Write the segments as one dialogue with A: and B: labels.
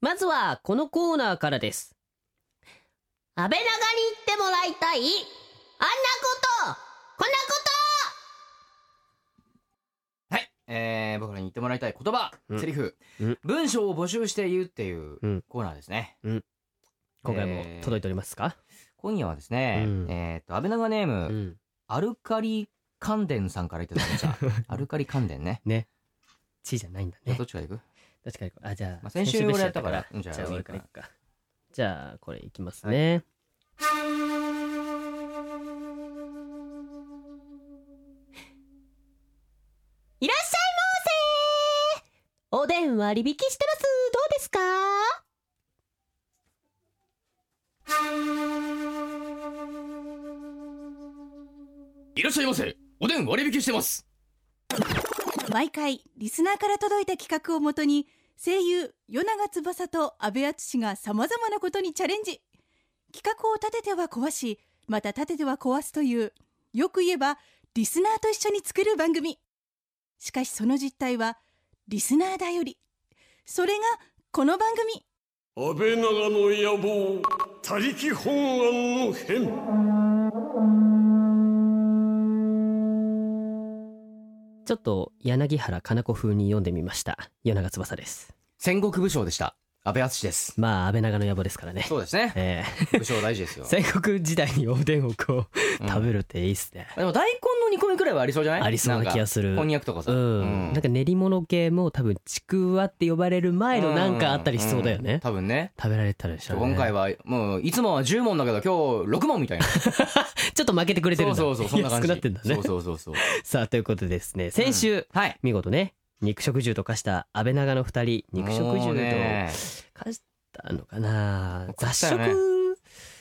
A: まずはこのコーナーからです。安倍長に言ってもらいたいあんなことこんなこと
B: はい。えー、僕らに言ってもらいたい言葉、
A: うん
B: セリフ、
A: うん
B: 文章を募集して言うっていう
A: うん
B: コーナーですね。
A: 今回も
B: えー
A: 届いておりますか、
B: 今夜はですね、
A: うん
B: えっと、安倍長ネーム、
A: うん。
B: アルカリ関電さんからいただき ました。アルカリ関電ね。
A: 地じゃないんだね
B: ど。っちからいく
A: 確かに。あ、じゃあ、
B: まあ先週
A: 別
B: 俺やったから
A: やった
B: うん
A: じ
B: じ
A: ゃ
B: ゃ
A: あ
B: あ
A: 俺からいくか。じゃあ、これいきますね。いらっしゃいませおでん割引してますどうですか
B: いらっしゃいませおでん割引してます
C: 毎回リスナーから届いた企画をもとに声優与永翼と阿部淳がさまざまなことにチャレンジ企画を立てては壊しまた立てては壊すというよく言えばリスナーと一緒に作る番組しかしその実態はリスナーだよりそれがこの番組
D: 安倍長の野望他力本願の変
A: ちょっと柳原かな子風に読んでみました。夜長翼です。
B: 戦国武将でした。安倍淳です。
A: まあ、安倍長の野望ですからね。
B: そうですね。
A: え
B: 武将大事です
A: え
B: よ。
A: 戦国時代におでんをこう、
B: うん
A: 食べるっていいっすね。
B: でも大根の煮込みくらいはありそうじゃない
A: ありそうな気が
B: す
A: する。
B: こんにゃくとかさ。
A: うん、なんか練り物系も多分ちくわって呼ばれる前のなんかあったりしそうだよね、
B: ん多分ね。
A: 食べられたでしょうね
B: 今回は、もう、いつもは10問だけど、今日6問みたいな。
A: ちょっと負けてくれてる
B: そ
A: ん
B: う
A: だ
B: そうそう、そんな感
A: 安く
B: じ。
A: なってんだね
B: そうそうそうそう。
A: さあということでですね先週、
B: はい。
A: 見事ね肉食獣と化した安倍長の二人肉食
B: もう
A: 獣と
B: ね。
A: 化したのかな、
B: もう食
A: 雑
B: った
A: 食
B: よね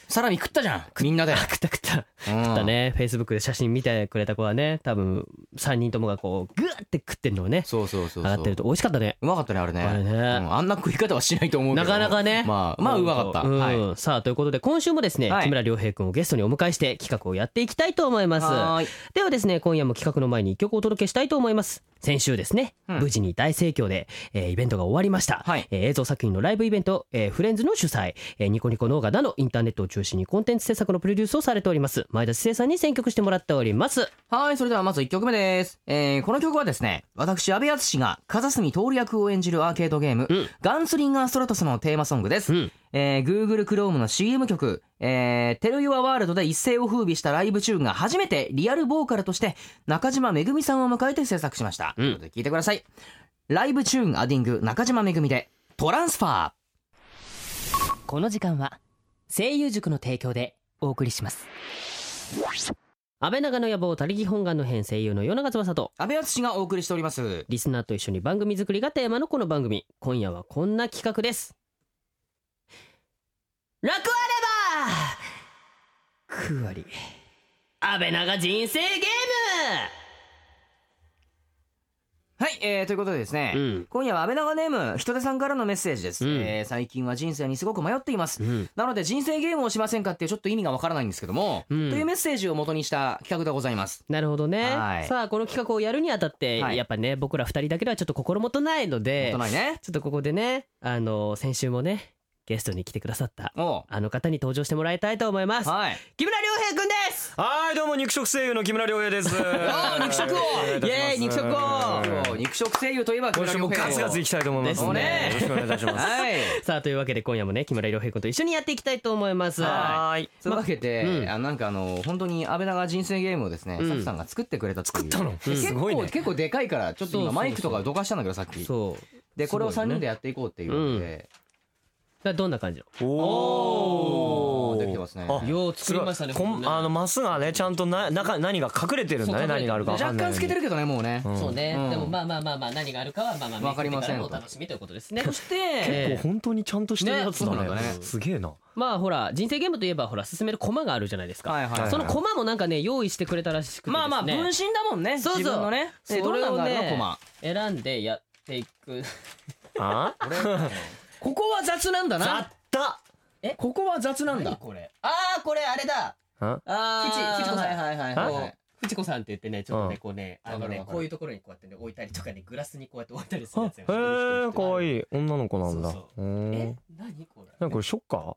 B: サラミ食ったじゃん。みんなで
A: あ。食った食った食
B: 食っ
A: った。ね、フェイスブックで写真見てくれた子はね多分3人ともがこうグーって食ってるのをね
B: そうそうそうそう。
A: 上がってると美味しかったね
B: うまかったね、あれね。
A: あれね
B: うんあんな食い方はしないと思うけど。
A: なかなかね
B: まあ、まあ、うまかった。
A: うん
B: はい。
A: さあということで今週もですね、
B: はい
A: 木村良平君をゲストにお迎えして企画をやっていきたいと思います
B: はーい
A: ではですね今夜も企画の前に一曲お届けしたいと思います先週ですね、
B: うん
A: 無事に大盛況で、えーイベントが終わりました、
B: はい
A: えー映像作品のライブイベント、えーフレンズの主催、えーニコニコ動画などインターネットを中心にコンテンツ制作のプロデュースをされております前田知世さんに選曲してもらっております
B: はい、それではまず1曲目です。えー、この曲はですね、私、安部淳が風住徹役を演じるアーケードゲーム、
A: うん
B: ガンスリンガーストラトスのテーマソングです。
A: うん
B: えー、Google Chrome の CM 曲、えー、Tell Your World で一世を風靡したライブチューンが初めてリアルボーカルとして中島めぐみさんを迎えて制作しました。
A: うん
B: ということで聞いてください。ライブチューンアディング中島めぐみで、トランスファー。
A: この時間は声優塾の提供でお送りします安倍長の野望たりぎ本願の編声優の与永翼と
B: 安部淳がお送りしております。
A: リスナーと一緒に番組作りがテーマのこの番組今夜はこんな企画です楽あれば9割安倍長人生ゲ
B: はい、えー、ということでですね、
A: ーム
B: 今夜は安倍長ネーム人手さんからのメッセージです、
A: うん
B: えー最近は人生にすごく迷っています、
A: うんうん
B: なので人生ゲームをしませんかっていうちょっと意味がわからないんですけども、
A: うん
B: というメッセージを元にした企画でございます
A: なるほど
B: は
A: ね
B: い
A: さあこの企画をやるにあたって
B: はい
A: やっぱね僕ら二人だけではちょっと心もとないの
B: 大
A: で
B: 人にね
A: ちょっとここでねあの先週もねゲストに来てくださった
B: お
A: あの方に登場してもらいたいと思います
B: うはい
A: 木村良平くんです
E: はいどうも肉食声優の木村良平です。
B: あー肉食王イエーイ肉食王肉食声優といえば
E: 今週もガツガツいきたいと思いますんで。
B: で
E: よろ
B: す
E: しくお願いいたします。
B: はい
A: さあというわけで今夜もね木村良平君と一緒にやっていきたいと思います
B: は
E: はーい。
B: そういうわけで、
A: うん
B: あなんかあの本当に安倍長人生ゲームをですね、
A: うん
B: スタッフさんが作ってくれたっていう
E: 作ったの
B: 結構
E: すごいね
B: 結構でかいからちょっと
A: そうそうそ
B: 今
A: う
B: マイクとかどかしたんだけどさっき
A: そう
B: でこれを
A: すごい
B: 3
A: ね
B: 人でやっていこうっていうので、
A: だどんな感じよ
B: おーできてますね
E: あ
A: よう作りましたね
E: すごいこんあのマスがねちゃんとな中何が隠れてるんだ
A: そう
E: ね何があるかわか
B: 若
E: んないよ
B: 干
E: うに。
B: 透けてるけどねもうね、
E: ん
A: そうね、
B: うん
A: でもまあまあまあまあ何があるかはまあまあ
B: わかりません
A: 見てからのお楽しみということですね
B: そして、
E: 結構本当にちゃんとしてるやつ
B: ねそうな
E: だ
B: んだ
E: ね
B: ね。
E: すげえな。
A: まあほら人生ゲームといえばほら進めるコマがあるじゃないですか、
B: はいはいはい
A: そのコマもなんかね用意してくれたらしくてです、ね、
B: まあまあ分身だもんね
A: そうそう
B: 自分のね
A: それ
B: で
A: を
B: ど
A: ね
B: れなんだろうなコマ
A: 選んでやっていく
E: あ？
B: ここは雑なんだ
E: ざった。
A: え
B: ここは雑なん
A: 何これああこれあれだ
E: あ？
A: あ
B: ふちふちこさんはいはいはいはい
E: あ
A: ちこさんって言ってね、ちょっと
E: う
A: ね、
E: ん
A: こうね、あの
B: わかる
A: ね
B: わ、かる
A: こういうところにこうやってね、置いたりとかね、グラスにこうやって置いたりする
E: あ
A: や
E: へ
A: つ
E: え
A: が知ってる人知ってる
E: 可愛い女の子なんだ
A: そう
E: う
A: え
E: ん、
A: 何これ
E: なんかこれショッカ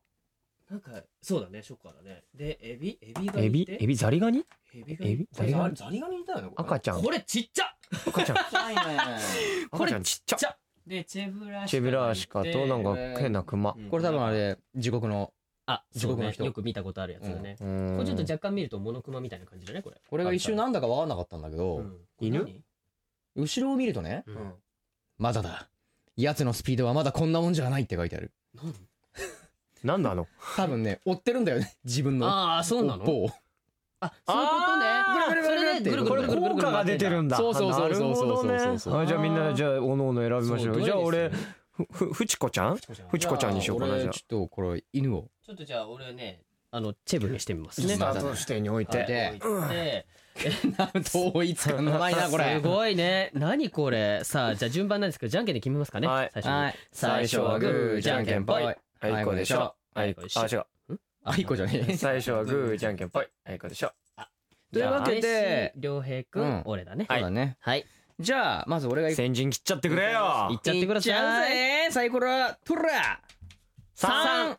A: なんか、そうだね、ショッカーだね。で、エビエビが
E: ーエ
A: い
E: ビ
A: て
E: エビザリガニ
A: エビ
E: エビ
A: これ
E: ザリガニ
B: ザリガニみたいな
E: 赤ちゃん
A: これちっちゃ
E: 赤ちゃん
B: ちゃいね
A: こ
E: 赤
A: れ
E: ちゃんちっちゃ
A: ちゃで、チェブラシカ
E: チェブラーシカとなんか変なクマ
B: これ多分あ、れ地獄の
A: あ、
B: 地
A: 地獄
B: 獄の
A: の人。
B: 人
A: よく見たことあるやつだね。
E: う
A: こ
E: ん
A: れちょっと若干見るとモノクマみたいな感じだね、これ。
B: これが一瞬なんだか分かんなかったんだけど、
A: うん
E: 犬
A: これ
B: 後ろを見るとね
A: 何うん
B: まだだ奴のスピードはまだこんなもんじゃないって書いてある
A: なん
E: なんだあの
B: 多分 ね追ってるんだよね自分の
A: ああ、そうな
B: 尾っぽ
A: の
B: を
A: あ、そういうことね。
E: あー
A: それでぐるぐ
E: こ
A: る
E: れ
A: ぐるぐる
E: 効
A: ぐる
E: 果が出てるんだ
B: そうそうそうそうそうそう
E: なるほどねあじゃあみん
A: あ
E: な
A: ー
E: じゃあおのおの選びましょ
B: そうう
E: じゃあ俺
B: どれで
E: ふふふちこちゃんふちこちゃんにしようかな
B: 俺
E: じゃあ
B: ちょっとこれ犬を
A: ちょっとじゃあ俺ね、あの、チェブにしてみます
B: ね
A: ね。
B: スタート
E: 地点に置い
A: はい
B: て
A: 置いて
B: 統一感うまいなこれ
A: すごいね。何これ。さあ、じゃあ順番なんですけど、じゃんけんで決めますかね。
E: はい
A: 最初に
B: はい
A: 最初はグー、じゃんけんぽい。
E: あいこでしょあい
A: あいこ
E: こ
A: でしょ
E: あ違う
B: あいこじゃねえ
E: 最初はグーじゃんけんぽいあいこでしょ
B: というわけで
A: 安心良平くん、
B: うん
A: 俺だね。
B: そうだね
A: はい。
B: じゃあまず俺が行く
E: 先陣切っちゃってくれよ
A: いっちゃってくだ
B: 行っちゃう
A: さい。
B: ぜサイコロトラ
E: 三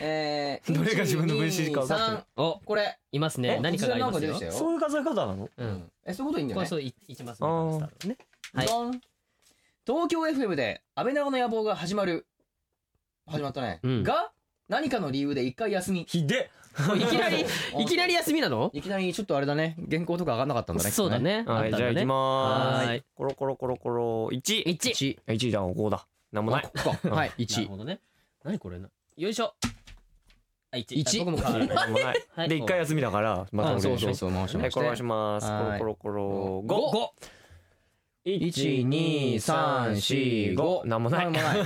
B: えー
E: どれが自分の分身か分かって
B: 1 2
E: ない
B: 3
A: お、
B: これ
A: いますね。
E: え
A: 何かがあります
B: 突然なんか出てきた
A: よ。
B: よ
E: そういう数え方なの
A: うん。
B: えそういうこといいんだ
A: こ
B: よ
A: れ
B: ね
A: そういいきます
E: あー
A: ね。ね。はい
B: ドン東京 FM で安倍長の野望が始まる始まったね、
A: うん
B: が何かの理由で一回休み
E: ひで
A: いきなり
B: あ
A: いきなり休みなの？
B: いきなりちょっとあれだね原稿とか上がんなかったんだね
A: そうだね。あ
E: は
A: っ
E: い
A: たん
E: じゃ
A: だ
E: あ行き
A: ね。
E: ま
A: は
E: ー
A: ー
E: す
A: い
E: コロコロコロコロ一
A: 一。
B: 1
E: 1だ5だなんもない
B: ここかは
A: な
B: い
A: る
B: 1
A: ほどね。何これな。よいしょ。あ一。
B: 一
A: あ僕も変わらない。
E: なんもない
A: はい
E: で一回休みだからまた
B: あ
E: 俺
B: そう
E: でし
B: そ
E: ょ
B: うそう回し
E: は
B: ま
E: い
B: して、
E: 転がします
B: はい
E: コロコロコロ
B: 五
E: 五
B: 一二三四五
E: なんもな
B: な
E: い
B: んもない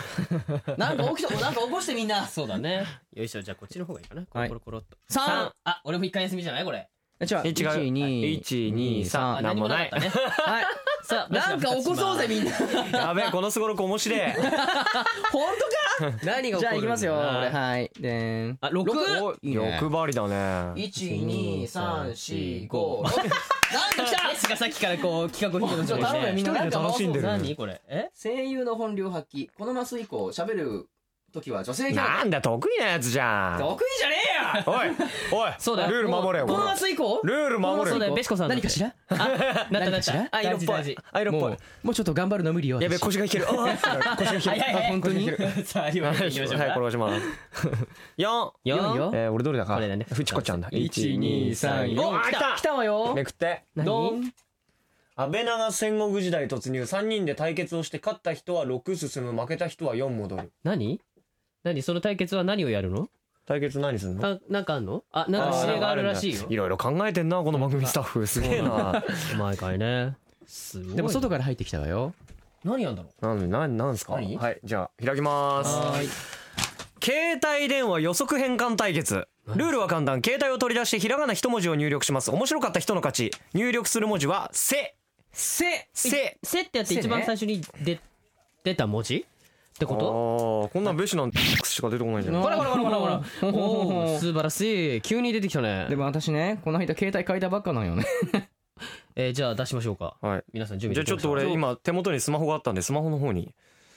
B: なんか起きたなんか起こしてみんな
A: そうだね。よいしょ。じゃあこっちの方がいいかな。コ
B: はい
A: ロコロコロっと。
B: 三。
A: あ、俺も一回休みじゃないこれ。
B: 違う
E: え違う一二三
B: 123
E: あ
A: 何もなかったね。
B: はい
A: さあ、
B: なんか起こそうぜみんな
E: やべえこのすごろく面白い
B: 本当か何が起こるんだ
A: じゃあ行きますよ
B: 俺はいでーん
A: あ、六。
E: お
B: いいね
E: 欲張りだね
B: 一二三四五。なん
A: なん
B: か
A: か
B: 来
A: 来た。
B: た。
A: S がさっきからこう企画を引き
B: ちょ
A: 出
B: 頼むよみんななんか
E: 一人で楽しんでる
A: 何これ？え？
B: 声優の本領発揮。このマス以降喋る時は女性キャラ
E: なんだ得意なやつじゃん
B: 得意じゃねえよ。
E: おいおい
A: そうだよ
E: ルール守れよ
B: こ
E: こ
B: のマ
E: れ
B: ス以降。
E: ルール守
A: そうだ
E: れ
A: よ
E: よ
A: ベシコさんだって
B: 何かしら。
A: あ、なったなった。あ、色っぽ
E: 大
A: い
E: 事。アイロンっぽい
B: もうもうちょっと頑張るの無理よ。
E: やべえ腰が引けるあー腰が引ける
A: 早い早い
B: あ本当に。
A: さあ、今
E: はい
A: 行きましょうか。
E: 転がします四
A: 四
B: いいよ
E: えー俺どれだか
A: これだね
E: ふちこちゃんだ
B: 一二三
E: 一
B: 四
E: おー来た
B: 来たわよ
E: め。くって
B: ど
A: 何？
B: ん。
E: 安倍長戦国時代突入3人で対決をして勝った人は6進む負けた人は4戻る
A: 何？何その対決は何をやるの？
E: 対決何するの
A: あ、なんかあんの？あ、なんか指令があるらしいよ。
E: いろいろ考えてんなこの番組スタッフすげえな
A: 毎回ね。すごい。
B: でも外から入ってきたわよ。
A: 何やんだろう。
E: なんでなんなんすか
B: 何
E: はいじゃあ開きます
B: い。
E: 携帯電話予測変換対決ルールは簡単携帯を取り出してひらがな一文字を入力します面白かった人の勝ち入力する文字は「せ」
B: せ。
E: 「せ」
A: せってやって一番最初にで出た文字って
E: ああ
A: こと？
E: ーこんなんべしなんてしか出てこないじゃん
A: ほらほらほらほらほら。 おお、素晴らしい。急に出てきたね
B: で。も私ねこの間携帯変えたばっかなんよね。
A: えー、じゃあ出しましょうか。
E: はい
A: 皆さん準備
E: じゃあちょっと俺今手元にスマホがあったんでスマホの方に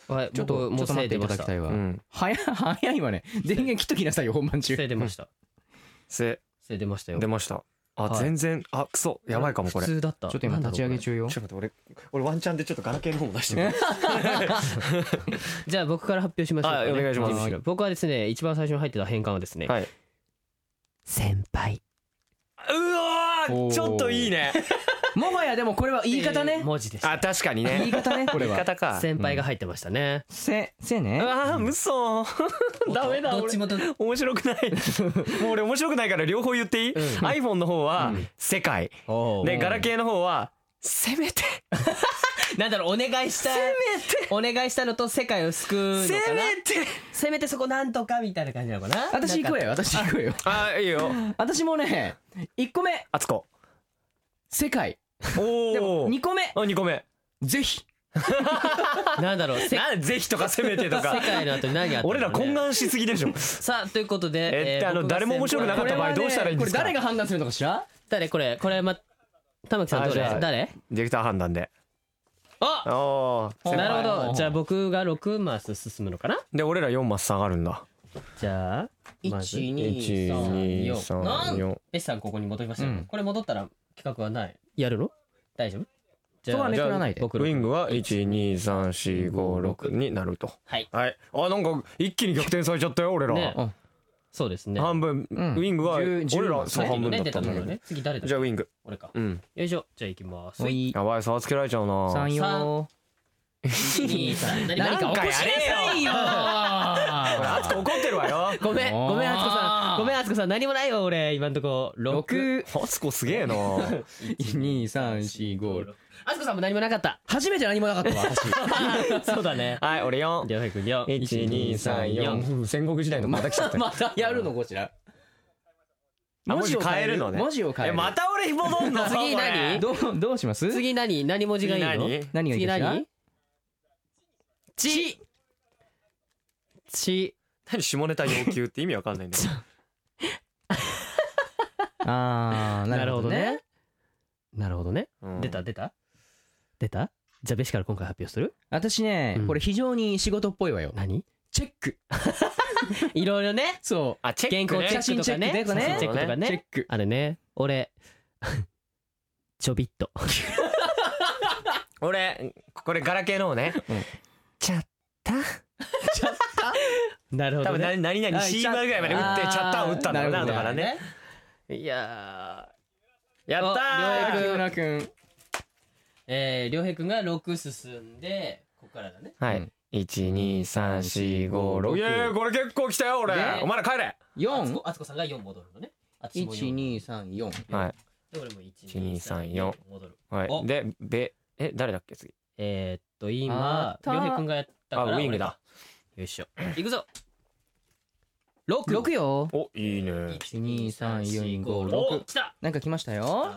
A: 俺、はい、
B: ちょっと
A: 僕も
B: ち
A: う
B: ょっと待っていただきたいわ
E: う。ん
B: 早早いわね。電源切っときなさいよ本番中。
A: せ出ました。
E: 「せ」
A: せ出ましたよ
E: 出。ましたあ
A: はい
E: 全然あクソやばいかもこれ
A: 普
E: ちょっ
A: 通だった。
B: ちょっと今立ち上げ中よ。
E: と待って俺俺ワンチャンでちょっとガラケーの方も出してみる
A: じゃあ僕から発表しましょうか、ね。
E: はいお願いします
A: 準備僕はですね、一番最初に入ってた変換はですね、
E: はいう
A: 先輩。
E: お
B: お
E: ー
B: ー
E: ちょっといいね
B: もはやでもこれは言い方ね。
A: 文字です。
E: あ確か に
B: 言い
E: ね
B: 方ねこれ
E: 言い
B: は。
E: 方か
A: 先輩が入ってましたね。
B: せせ
E: う
B: ね。
E: わー 嘘ダメだ
A: どっち
E: 俺
A: もどっちも
E: 面白くないもう俺面白くないから両方言っていい iPhone の方は世界
A: おう
E: でガラケーの方はせめて
A: なんだろう、お願いしたい。お願いしたのと世界を救うの
E: せ
A: かな。
E: めて
A: せめてそこなんとかみたいな感じなのかな。
B: 私行くわよ私行くわよ。
E: あーいいよ
B: 私もね1個目
E: あつこ
B: 世界。で
E: お
B: も
E: お
B: 2個目
E: あ2個目
B: ぜひ。
A: なんかなんだろう、世
E: なんぜひとかせ めてと
A: 世
E: か
A: 界の後に何があったの
E: 俺ら懇願しすぎでしょ
A: さあ、ということで。
E: えあの
A: 僕が
E: 誰も面白くなか
B: こ
E: っ
B: れ
E: た場合
B: はね
E: どうしたらいいんですか
B: これ誰が判断するのかしら？
A: 誰これこれま玉木さんど
F: あじゃ
A: れ
F: あ
A: 誰
E: ディレクター判断で
A: あ
E: ああ
F: 先輩
A: なるほどじゃあ僕が6マス進むのかな
E: で俺ら4マス下がるんだ
A: じゃあまず
E: 123
A: なん
E: 4
A: ベスさんここに戻りましたよ、
B: うん
A: これ戻ったら企画はない
F: やるの
A: 大丈夫じ
B: そこはめくらないで
A: 僕
E: ウ
A: の
E: イングは12345になると
A: はい
E: はいあなんか一気に逆転されちゃったよ俺ら、
A: ね
B: うん
A: そうですね
E: 半分、
B: うん
E: ウイングは
B: 10
E: 俺らそう
A: ね
E: 半分だっ
A: ね出
E: たんだけ
A: の
E: ど、
A: ね次誰だ
E: じゃあウイング
A: 俺か
E: うん
A: よいしょじゃあ行きます
B: おい
E: やばい差をつけられちゃうな
B: 三
A: 三
B: よ
A: 123何
E: なん
A: か起こしなさいよ
E: あつこ怒ってるわよ
A: ごめんごめんあつこさんごめんあつこさん何もないよ俺今んとこ6
B: 六
E: あつこすげえな
B: 二三四五六
A: あつこさんも何もなかった
B: 初めて何もなかったわ私
A: そうだね
E: はい俺4
A: じゃあくよ
E: 一二三四戦国時代のまた来ちゃった
B: またやるのこちら
E: あ文字変えるのね
B: 文字を変え
E: え
B: る
E: また俺ひもどんの
A: 次何
B: どうどうします
A: 次何何文字がいいの
E: 次
B: 何がいい
A: 次
B: ですか
A: 何ちち
E: 何下ネタ要求って意味わかんないんだよ
B: ああなるほどね
A: なるほどね
E: うん
A: 出た出た出たじゃあベシから今回発表する
B: 私ね
A: うん
B: これ非常に仕事っぽいわよ
A: 何
B: チェック
A: いろいろね
B: そ
E: あチェ
A: 健
E: ック
A: 康
E: ね
A: チェックとかね
B: 写真チェ
A: 写真チェ
B: ックとかね
A: ックとかね
B: チェック
A: あれね俺 ちょびっと
E: 俺これガラケーの方ねちゃった
A: なるほ
E: 多
A: ど
E: 分
A: ね
E: 何何々
B: あ
E: C ぐらいまで打って
B: あー
E: チャッターを打ったんだろう
B: な
E: な
B: るほ
E: だ
B: ど
E: からね
A: いや
E: やった
A: お
E: ー
A: 両
B: う
A: 役
B: 木村君
A: ーえーりょうへいくんが6進んでここからだね
E: はい一二三四五六
B: 六
E: いやいやこれ結構来たよ俺
B: ね
E: お前ら帰れ
A: あつ
B: 四
A: こあつこさんが4戻るのねあつしも
B: 一
A: 4
B: 二三四
E: はい
A: で俺も1234
E: 1234
A: 戻る
E: は
A: お
E: いでべえ誰だっけ次
A: えーっと
B: あ
A: 今
B: ー
A: りょ
B: た
A: うへいくんがやったから
E: あウイングだ
A: 俺がよいしょいくぞ
B: 六六よ
E: おいいね
A: 12345来た
B: なんか来ましたよ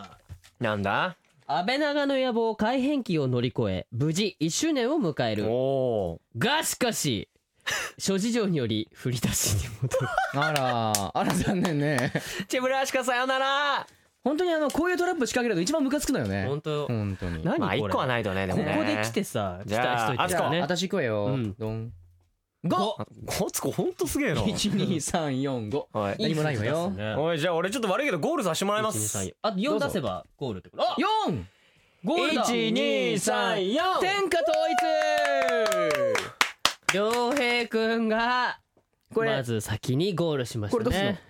E: なんだ
A: 安倍長の野望改変期を乗り越え無事1周年を迎え
E: お
A: る
E: お
A: がしかし諸事情により振り出しに戻る
B: あらあら残念ね
E: ーチェブラシカさよなら
B: 本当にあのこういうトラップ仕掛けると一番ムカつくのよね
A: 本当
B: 本当に
A: 何
E: まあ
A: こ
E: 一
A: れ
E: 個はないとねでも
A: こ
E: ね
A: こで来てさ期
E: じ
A: 待
E: ゃ
A: し
E: あ
A: といて
E: あそこ
A: ね
B: 私行くわ
A: う
B: よ
A: ん
B: ドン
E: 五ゴツコほんとすげえな
B: 一二三四五
E: はい
B: 何もないわよ
E: おいじゃあ俺ちょっと悪いけどゴールさせてもらいます
A: 123あと4出せばゴールってことあ
B: 四
A: ゴールだ
E: 123 4
B: 天下統一
A: 良平くんが
B: これ
A: まず先にゴールしました
B: これどうすんの
A: ね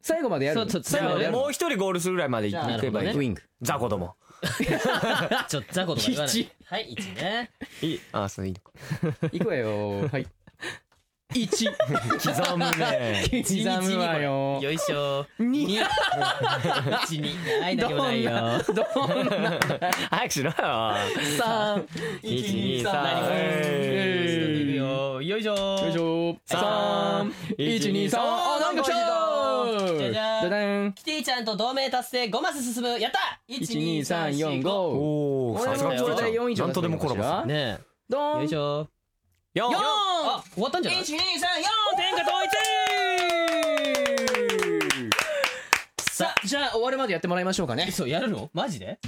B: 最後までやる
A: そうそう
E: じ
B: 最
E: ゃ
B: 後
E: あ
B: までや
E: 俺
B: る
E: もう一人ゴールするぐらいまでい
B: じゃあ
E: けばい
A: なるほどね
B: ウ
E: い
B: イング
E: ザコども
A: ちょっと雑魚とか言わない
B: 一
A: はい1ね
E: いいあそれいいのか
B: 行く わよはい一
E: 刻むね
B: 刻むわよ
A: よいしょ
B: 二
A: 1にはい何もないよ
B: どんな
E: 早くしろよ
B: 三
E: 123
A: 何もない
E: え
A: いくよよいしょ
B: よいしょ三一二三あなんか来た
A: じゃじゃーん
B: じゃじゃん
A: キティちゃんと同盟達成5マス進むやった
B: 一二三四
A: 5
B: 五
E: おお
B: 俺
E: さすが
A: もこれ
B: で四以上
E: なんとでもコラボする
B: だ
A: ねえ
B: ド
A: よい
B: ン
A: しょ
E: 4
A: あ終わったんじゃない
B: 一二三四天下統一さあじゃあ終わるまでやってもらいましょうかね
A: そうやるのマジで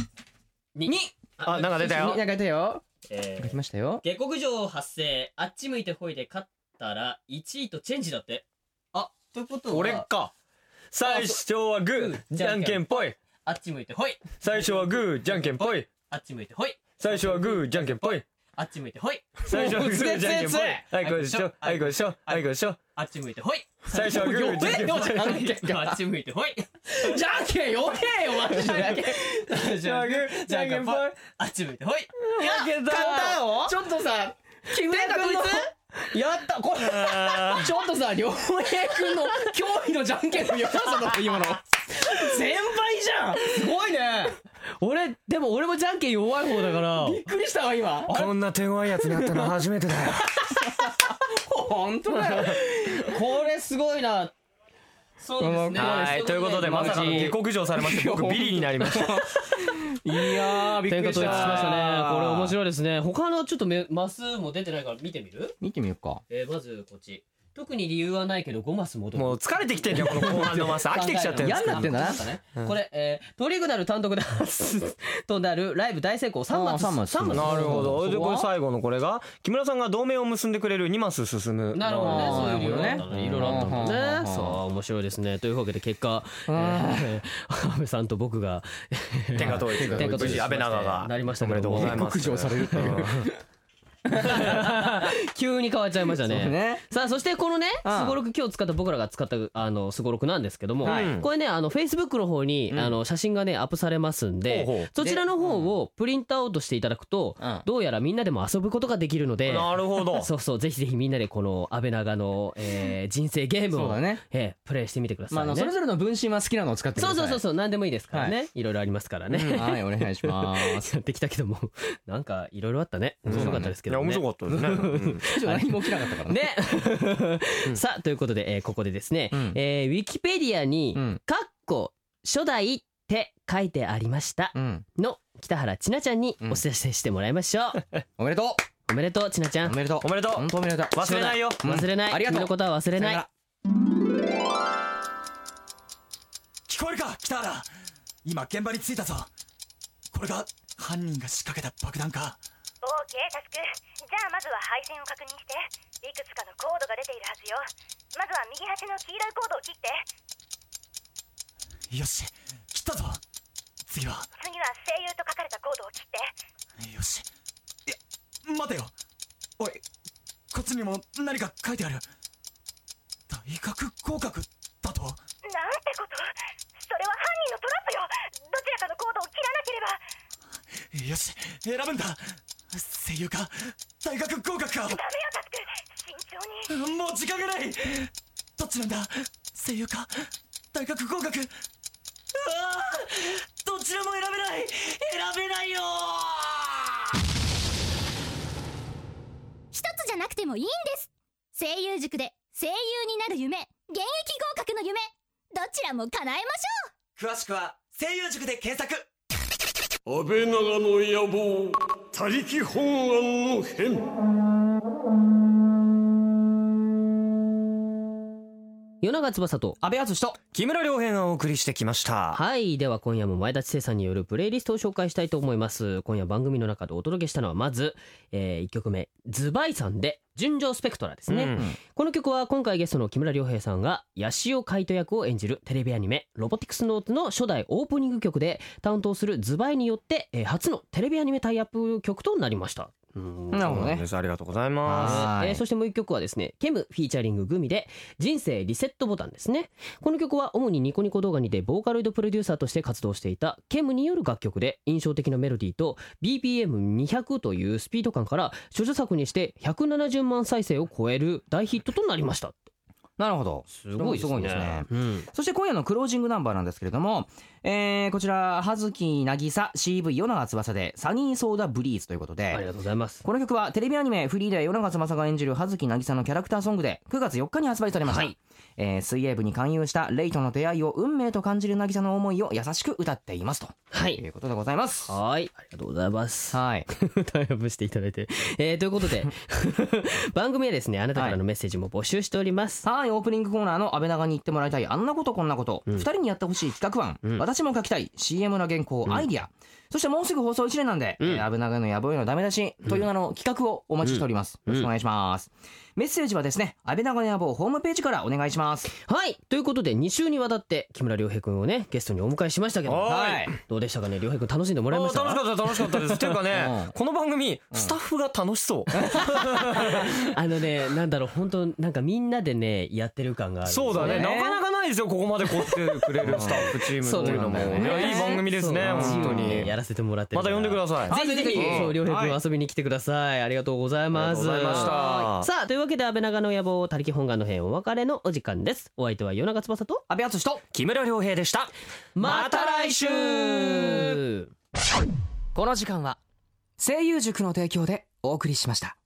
A: 2
E: あなんか出た
B: なんか
E: よ
B: 出たよ
A: え
B: 来ましたよ
A: 下克上発生あっち向いてほいで勝ったら1位とチェンジだってあということは
E: 俺か最初はグーじゃんけんぽい
A: あっち向いてほい
E: 最初はグーじゃんけんぽい
A: あっち向いてほい
E: 最初はグーじゃんけんぽい
A: あっち向いてほい
E: 最初はグーじゃんけんぽ
A: も
E: い
A: う
E: はいこうでしょはいこうでしょはいこうでしょ
A: あっち向いてほい
E: 最初はグーじゃんけんぽい
A: あっち向いてほい
B: じゃんけんよけよマジで
E: 最初はグーじゃん けんぽい
A: あっち向いてほい
B: ちょっとさ木村 君のやったこれ
E: あ
B: ちょっとさ良平君の脅威のじゃんけんの良さだった今の先輩じゃんすごいね
A: 俺でも俺もじゃんけん弱い方だから
B: びっくりしたわ今
E: ーこんな手強いやつに会ったの初めて だよ
B: 本当だよ
A: これすごいなそうですね
E: はいということでまさかの下克上されまして僕ビリになりました
B: いやーびっ
A: 天
B: く
A: 下
B: りし
A: 統一したましたねこれ面白いですね他のちょっとめマスも出てないから見てみる
B: 見てみようか
A: えーまずこっち特に理由はないけど5マス戻る
E: もう疲れてきてんじゃんこの後半のマス飽きてきちゃってるんで
B: 嫌
E: す
B: になってんだな
A: なんかねこれ、えー、トリグダル単独ダンスとなるライブ大成功3
B: あー
A: マス
B: 三マス
A: 三
E: なるほどで
A: そこ
E: これ
A: は
E: 最後のこれが木村さんが同盟を結んでくれる2マス進む
A: なるほどね
B: あー
A: そういう理由があったの
B: なる
A: ね
B: ほどね
A: いろいろあったもん
B: うんうんうんう
A: ね
B: ん
A: さあ面白いですねというわけで結果えー安倍さんと僕が
E: 天下統一
A: 天下統一
E: 無事安倍長が
A: なりました
E: お
A: け
E: めで
A: ど
E: とう
A: も
E: ございます
B: 上されるっていう
A: 急に変わっちゃいましたね
B: そうね
A: さあそしてこのね
B: うん
A: すごろく今日使った僕らが使ったあのすごろくなんですけども、
E: はい
A: これねあのフェイスブックの方に、あの写真がねアップされますんで
E: ほうほう
A: そちらの方をプリントアウトしていただくと、
B: うん
A: どうやらみんなでも遊ぶことができるので。
E: なるほど
A: そうそうぜひぜひみんなでこの安倍長の、えー人生ゲーム
B: そう
A: を、
B: だね
A: えープレイしてみてください
B: まあ
A: ね。
B: あのそれぞれの分身は好きなのを使ってくだ
A: そ
B: さ
A: う
B: い
A: そうそう
B: そ
A: そう何でもいいですからね、い、ろいろありますからね。
B: はいお願いします
A: やってきたけども なんかいろいろあったね面白かったですけど
E: いや
A: ね。
E: 面白かったですねうん
B: ちょっと何も起きなかったからね
A: ね、 さあということで、えーここでですね、
B: うん
A: えーウィキペディアに
B: うん
A: 「かっこ初代」って書いてありました
B: うん
A: の北原千奈ちゃんに
B: うん
A: お知らせしてもらいまし ょう、
B: おめでと
A: おめでとう千奈ちゃ
B: うんおめでとう
E: おめでとう
B: 本当おめでとう
E: 忘れないよ
B: うん
A: 忘れない、
B: ありがと
A: 君
B: う
A: のことは忘れない
F: 聞こえるか北原今現場に着いたぞこれが犯人が仕掛けた爆弾か
G: オーケータスクじゃあまずは配線を確認していくつかのコードが出ているはずよまずは右端の黄色いコードを切って
F: よし切ったぞ次は
G: 次は声優と書かれたコードを切って
F: よしいや待てよおいこっちにも何か書いてある体格合格だと
G: なんてことそれは犯人のトラップよどちらかのコードを切らなければ
F: よし選ぶんだ声優か大学合格か
G: ダメよタスク慎重に
F: もう時間がないどっちなんだ声優か大学合格うわーどちらも選べない選べないよ
H: 一つじゃなくてもいいんです声優塾で声優になる夢現役合格の夢どちらも叶えましょう
F: 詳しくは声優塾で検索
D: 安倍長の野望他力本願の変
A: 夜長翼と
B: 安倍敦と
E: 木村良平がお送りしてきました
A: はいでは今夜も前田知世さんによるプレイリストを紹介したいと思います今夜番組の中でお届けしたのはまず、え1曲目「ズバイさん」で「純情スペクトラ」ですね、
E: うん
A: この曲は今回ゲストの木村良平さんが八潮海斗役を演じるテレビアニメ「ロボティクスノーツ」の初代オープニング曲で担当するズバイによって、えー初のテレビアニメタイアップ曲となりました。うん
B: なるほど
E: そう
B: ね
E: ですありがとうございます
B: はい
A: えーそしてもう一曲はですねケムフィーチャリンググミで人生リセットボタンですねこの曲は主にニコニコ動画にてボーカロイドプロデューサーとして活動していたケムによる楽曲で印象的なメロディーと BPM200 というスピード感から処女作にして170万再生を超える大ヒットとなりました
B: なるほどす
A: すごいですね
B: すごいですね
A: うん
B: そして今夜のクロージングナンバーなんですけれども、えー、こちら、葉月渚 CV 与永翼で、サニーソーダブリーズということ
A: あり
B: で、
A: がとうございます
B: この曲はテレビアニメフリーで与永翼が演じる葉月渚のキャラクターソングで、9月4日に発売されました。
A: はい
B: えー水泳部に勧誘したレイとの出会いを運命と感じる渚の思いを優しく歌っていますと。
A: はいいう
B: ことでございます。は
A: はいありがとうございます
B: い。
A: タイアップしていただいて、えー、ということで 番組はですねあなたからのメッセージも募集しております、
B: はい、オープニングコーナーの安倍長に言ってもらいたい、あんなことこんなこと、二、人にやってほしい企画案、私も書きたい、CM の原稿、アイディア、そしてもうすぐ放送1年なんで、えー安倍長の野望へのダメ出し、という名の企画をお待ちしております。よろしくお願いします。メッセージはですね、安倍長の野望ホームページからお願いします。
A: はいということで2週にわたって木村良平君をねゲストにお迎えしましたけども
E: はーい
A: はいどうでしたかね良平君楽しんでも
E: あ
A: らいました
E: 楽しかった楽しかったですっていうか
B: う
E: ね
B: ん
E: この番組スタッフが楽しそう
A: あのねなんだろう本当なんかみんなでねやってる感がある
E: そうだねな
B: そうね
E: かなかないですよここまで凝ってくれるスタッフチームというのも
B: そうなんだよ
E: い
B: ね
E: やいい番組ですね
A: そう
E: 本当
A: 自由ね
E: に
A: やらせてもらってる
E: また呼んでください
A: ぜひぜひ
B: はい
A: そう良平君遊びに来てくださいありがとうございます
E: ありがとうございました
A: さあというわけで安倍長の野望たりき本願の編お別れのお時間ですお相手は夜長翼と
B: 安倍敦と、
E: 木村良平でした
A: また来週
B: この時間は、声優塾の提供でお送りしました。